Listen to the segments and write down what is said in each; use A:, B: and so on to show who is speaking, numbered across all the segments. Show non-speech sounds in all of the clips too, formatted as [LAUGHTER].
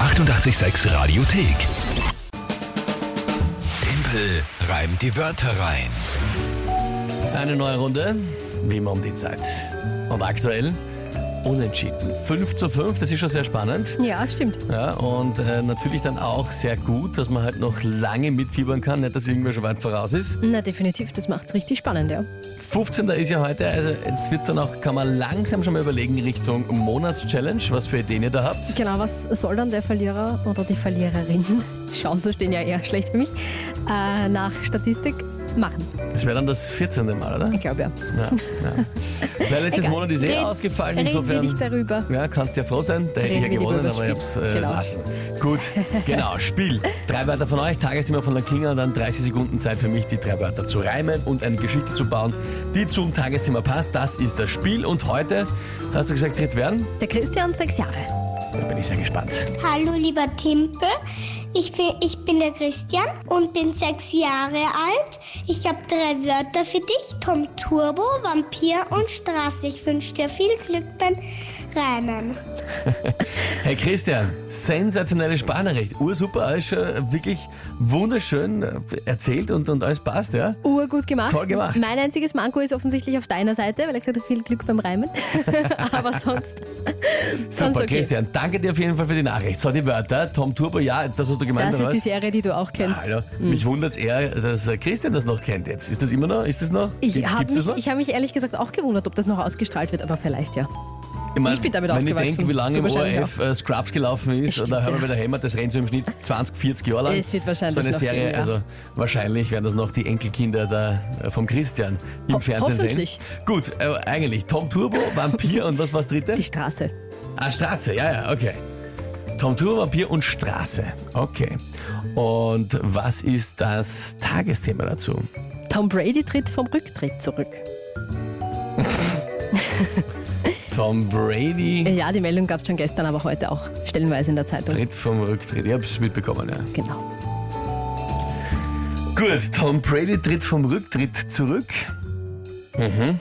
A: 886 Radiothek. Tempel reimt die Wörter rein.
B: Eine neue Runde, wie immer um die Zeit. Und aktuell unentschieden. 5 zu 5, das ist schon sehr spannend.
C: Ja, stimmt.
B: Ja, und äh, natürlich dann auch sehr gut, dass man halt noch lange mitfiebern kann, nicht dass irgendwer schon weit voraus ist.
C: Na, definitiv, das macht's richtig spannend, ja.
B: 15. ist ja heute, also jetzt wird's dann auch, kann man langsam schon mal überlegen Richtung Monatschallenge, was für Ideen ihr da habt.
C: Genau, was soll dann der Verlierer oder die Verliererin, [LAUGHS] Chancen stehen ja eher schlecht für mich, äh, nach Statistik machen?
B: Das wäre dann das 14. Mal, oder?
C: Ich glaube ja.
B: Ja, ja. Weil letztes
C: Egal.
B: Monat ist eh
C: Red-
B: ausgefallen,
C: Reden wir
B: insofern.
C: nicht darüber.
B: Ja, kannst ja froh sein. Da hätte ich
C: Reden
B: ja
C: wir lieber
B: gewonnen,
C: übers
B: aber ich hab's
C: Spiel.
B: äh,
C: Genau.
B: lassen. Gut, genau, Spiel. Drei Wörter von euch, Tagesthema von der Kinga und dann 30 Sekunden Zeit für mich, die drei Wörter zu reimen und eine Geschichte zu bauen, die zum Tagesthema passt. Das ist das Spiel und heute, hast du gesagt, dritt werden?
C: Der Christian, sechs Jahre.
B: Da bin ich sehr gespannt.
D: Hallo lieber Timpel, ich bin, ich bin der Christian und bin sechs Jahre alt. Ich habe drei Wörter für dich, Tom Turbo, Vampir und Straße. Ich wünsche dir viel Glück beim Reimen.
B: Hey Christian, sensationelle Spannerecht. Ursuper, alles schon wirklich wunderschön erzählt und, und alles passt, ja?
C: Urgut gemacht.
B: Toll gemacht.
C: Mein einziges Manko ist offensichtlich auf deiner Seite, weil er gesagt hat, viel Glück
B: [LAUGHS]
C: beim Reimen. Aber sonst, sonst
B: Super,
C: okay.
B: Christian, danke dir auf jeden Fall für die Nachricht. So, die Wörter, Tom Turbo, ja, das hast du gemeint,
C: Das
B: oder
C: ist die
B: was?
C: Serie, die du auch kennst.
B: Hallo. Mich wundert es eher, dass äh, Christian das noch kennt jetzt. Ist das immer noch? Ist das noch?
C: Ich
B: Gibt-
C: habe
B: gibt's das
C: mich,
B: noch?
C: ich hab mich ehrlich gesagt auch gewundert, ob das noch ausgestrahlt wird, aber vielleicht ja.
B: mein,
C: ich bin damit
B: Wenn ich
C: aufgewachsen.
B: denke, wie lange
C: Du
B: im
C: wahrscheinlich
B: ORF äh, Scrubs gelaufen ist
C: Stimmt,
B: oder Hör
C: ja.
B: mal wieder Hämmer, das rennt so im Schnitt 20, 40 Jahre lang.
C: Es wird wahrscheinlich
B: So eine
C: noch
B: Serie,
C: gehen, ja.
B: also wahrscheinlich werden das noch die Enkelkinder da, äh, vom Christian im
C: Ho-
B: Fernsehen
C: hoffentlich.
B: sehen. Gut, äh, eigentlich Tom Turbo, Vampir und was war das dritte?
C: Die Straße.
B: Ah, Straße, ja, ja, okay. Tom Turbo, Vampir und Straße. Okay. Und was ist das Tagesthema dazu?
C: Tom Brady tritt vom Rücktritt zurück.
B: Tom Brady.
C: Ja, die Meldung gab es schon gestern, aber heute auch stellenweise in der Zeitung.
B: Tritt vom Rücktritt. Ich hab's mitbekommen, ja.
C: Genau.
B: Gut, Tom Brady tritt vom Rücktritt zurück.
C: Äh,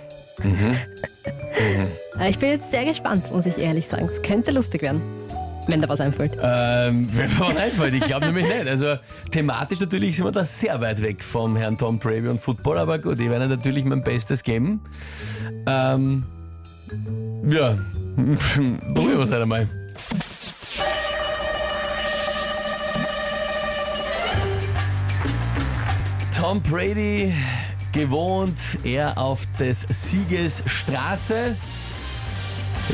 C: Ich bin jetzt sehr gespannt, muss ich ehrlich sagen. Es könnte lustig werden, wenn da was einfällt.
B: Ähm, [LAUGHS] wenn mir mal einfällt, ich glaube nämlich nicht. Also thematisch natürlich sind wir da sehr weit weg vom Herrn Tom Brady und Football, aber gut, ich werde natürlich mein Bestes geben. Ähm, ja, [LAUGHS] probieren wir es halt einmal. Tom Brady gewohnt, er auf des Sieges Straße.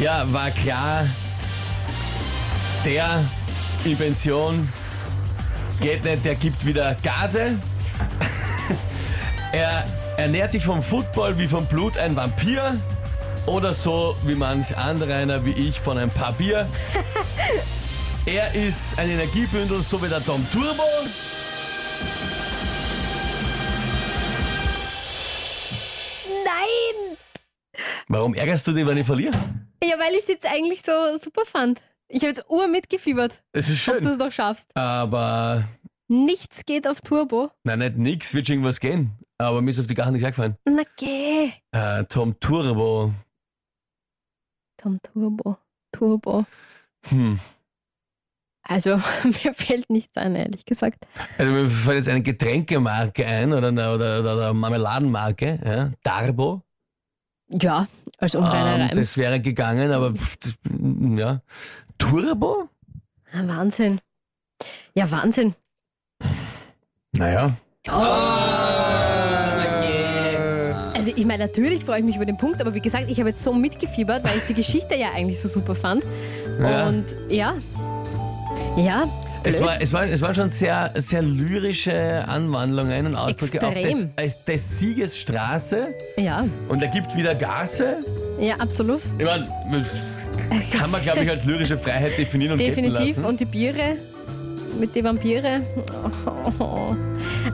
B: Ja, war klar, der in Pension geht nicht, der gibt wieder Gase. [LAUGHS] er ernährt sich vom Football wie vom Blut ein Vampir oder so wie manch anderer einer wie ich von ein paar Bier. [LAUGHS] er ist ein Energiebündel, so wie der Tom Turbo.
C: Nein!
B: Warum ärgerst du dich, wenn ich verliere?
C: Ja, weil ich es jetzt eigentlich so super fand. Ich habe jetzt ur mitgefiebert,
B: Es ist
C: ob du es
B: schön.
C: noch schaffst.
B: Aber,
C: Nichts geht auf Turbo.
B: nein, nicht nix, wird schon irgendwas gehen. Aber mir ist auf die Gachen nicht eingefallen.
C: Na geh!
B: Äh, Tom Turbo.
C: Tom Turbo. Turbo.
B: Hm.
C: Also, [LAUGHS] mir fällt nichts ein, ehrlich gesagt.
B: Also mir fällt jetzt eine Getränkemarke ein oder eine, oder, oder eine Marmeladenmarke, ja? Darbo.
C: Ja, also als unreiner
B: Ähm,
C: Reim.
B: das wäre gegangen, aber pff, das, ja. Turbo?
C: Ah, Wahnsinn. Ja, Wahnsinn.
B: Naja.
C: Also ich meine, natürlich freue ich mich über den Punkt, aber wie gesagt, ich habe jetzt so mitgefiebert, weil ich die Geschichte ja eigentlich so super fand.
B: Ja.
C: Und ja. Ja.
B: Es,
C: blöd.
B: war, es, war, es waren schon sehr, sehr lyrische Anwandlungen und Ausdrücke auf des,
C: Extrem.
B: als des Siegesstraße
C: ja,
B: und er gibt wieder Gase.
C: ja, absolut.
B: Ich meine, kann man glaube ich als lyrische Freiheit definieren und
C: Definitiv.
B: gelten lassen.
C: Und die Biere mit den Vampire. [LAUGHS] Oh, oh, oh.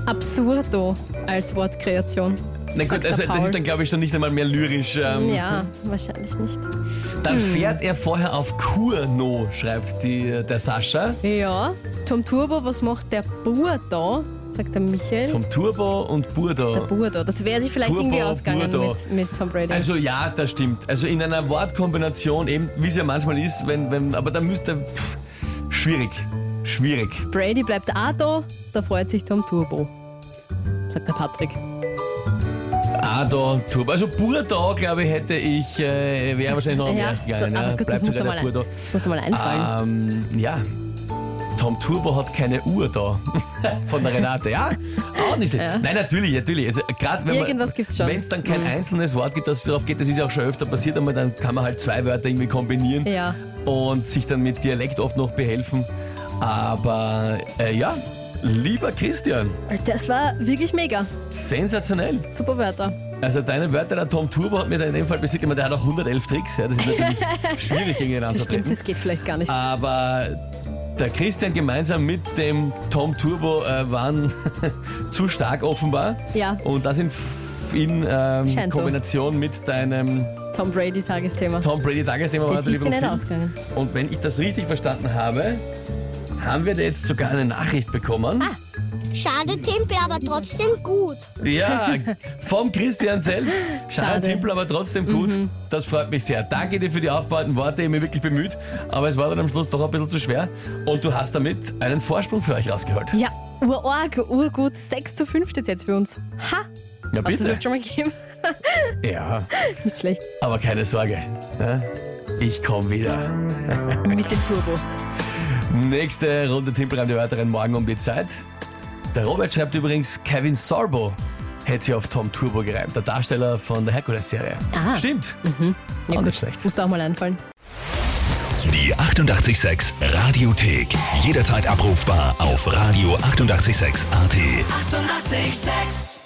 C: Absurdo als Wortkreation.
B: Na
C: sagt
B: gut,
C: der
B: also das
C: Paul.
B: ist dann glaube ich schon nicht einmal mehr lyrisch. Ähm,
C: Ja, wahrscheinlich nicht. Hm.
B: Dann fährt er vorher auf Kurno, schreibt die, der Sascha.
C: Ja, Tom Turbo, was macht der Bur da? Sagt der Michael.
B: Vom Turbo und
C: der
B: Burdo.
C: Bur da. Das wäre sich vielleicht
B: Turbo,
C: irgendwie ausgegangen
B: Bur da.
C: mit, mit Tom Brady.
B: Also ja, das stimmt. Also in einer Wortkombination eben, wie es ja manchmal ist, wenn, wenn aber da müsste pff, Schwierig. Schwierig.
C: Brady bleibt auch da, da freut sich Tom Turbo. Sagt der Patrick.
B: Ada Turbo. Also Burda, glaube ich, hätte ich, äh, wäre wahrscheinlich noch am ersten gegangen.
C: aber
B: ja.
C: Gott, das
B: ne? Bleibt
C: muss dir
B: sogar der
C: mal,
B: Ah.
C: ein,
B: Burda.
C: das muss dir mal einfallen.
B: Ähm, ja. Tom Turbo hat keine Uhr
C: [LAUGHS]
B: da. Von der Renate, ja? Auch nicht schlecht. Nein, natürlich, natürlich. Also, grad, wenn
C: Irgendwas gibt's schon. Mhm.
B: Wenn es dann kein einzelnes Wort gibt, das darauf geht, das ist ja auch schon öfter passiert, aber dann kann man halt zwei Wörter irgendwie kombinieren
C: Ja.
B: und sich dann mit Dialekt oft noch behelfen. Aber äh, ja, lieber Christian,
C: Das war wirklich mega.
B: sensationell.
C: Super Wörter.
B: Also deine Wörter, der Tom Turbo hat mir da in dem Fall besiegt, ich meine, der hat auch 111 Tricks, ja, das ist
C: [LAUGHS]
B: natürlich schwierig gegen ihn
C: Das stimmt,
B: anzutreten.
C: das geht vielleicht gar nicht.
B: Aber der Christian gemeinsam mit dem Tom Turbo äh, waren [LAUGHS] zu stark offenbar.
C: Ja.
B: Und das in, in ähm,
C: Scheint so.
B: Kombination mit deinem
C: Tom Brady Tagesthema.
B: Tom Brady Tagesthema war
C: Das
B: natürlich
C: ist ja nicht
B: noch viel.
C: ausgegangen.
B: Und wenn ich das richtig verstanden habe, haben wir da jetzt sogar eine Nachricht bekommen.
C: Ah.
D: Schade, Tempel, aber trotzdem gut.
B: Ja, vom Christian selbst.
C: [LAUGHS]
B: Schade,
C: Schade. Mhm.
B: Timpel, aber trotzdem gut. Das freut mich sehr. Danke dir für die aufbauenden Worte. Ich bin wirklich bemüht. Aber es war dann am Schluss doch ein bisschen zu schwer. Und du hast damit einen Vorsprung für euch rausgeholt.
C: Ja, urorg, urgut. 6 zu 5 steht jetzt für uns. Ha!
B: Ja,
C: Hat es
B: bitte.
C: das schon mal gegeben? [LAUGHS]
B: Ja,
C: Nicht schlecht.
B: aber keine Sorge. Ja, Ich komme wieder.
C: Mit dem Turbo.
B: Nächste Runde Timpel an die weiteren morgen um die Zeit. Der Robert schreibt übrigens, Kevin Sorbo hätte sich auf Tom Turbo gereimt, der Darsteller von der Herkules-Serie.
C: Ah.
B: Stimmt.
C: Ja,
B: Auch
C: gut.
B: nicht schlecht.
C: Muss da auch mal einfallen.
A: Die 886 Radiothek. Jederzeit abrufbar auf radio886.at. 886!
E: 886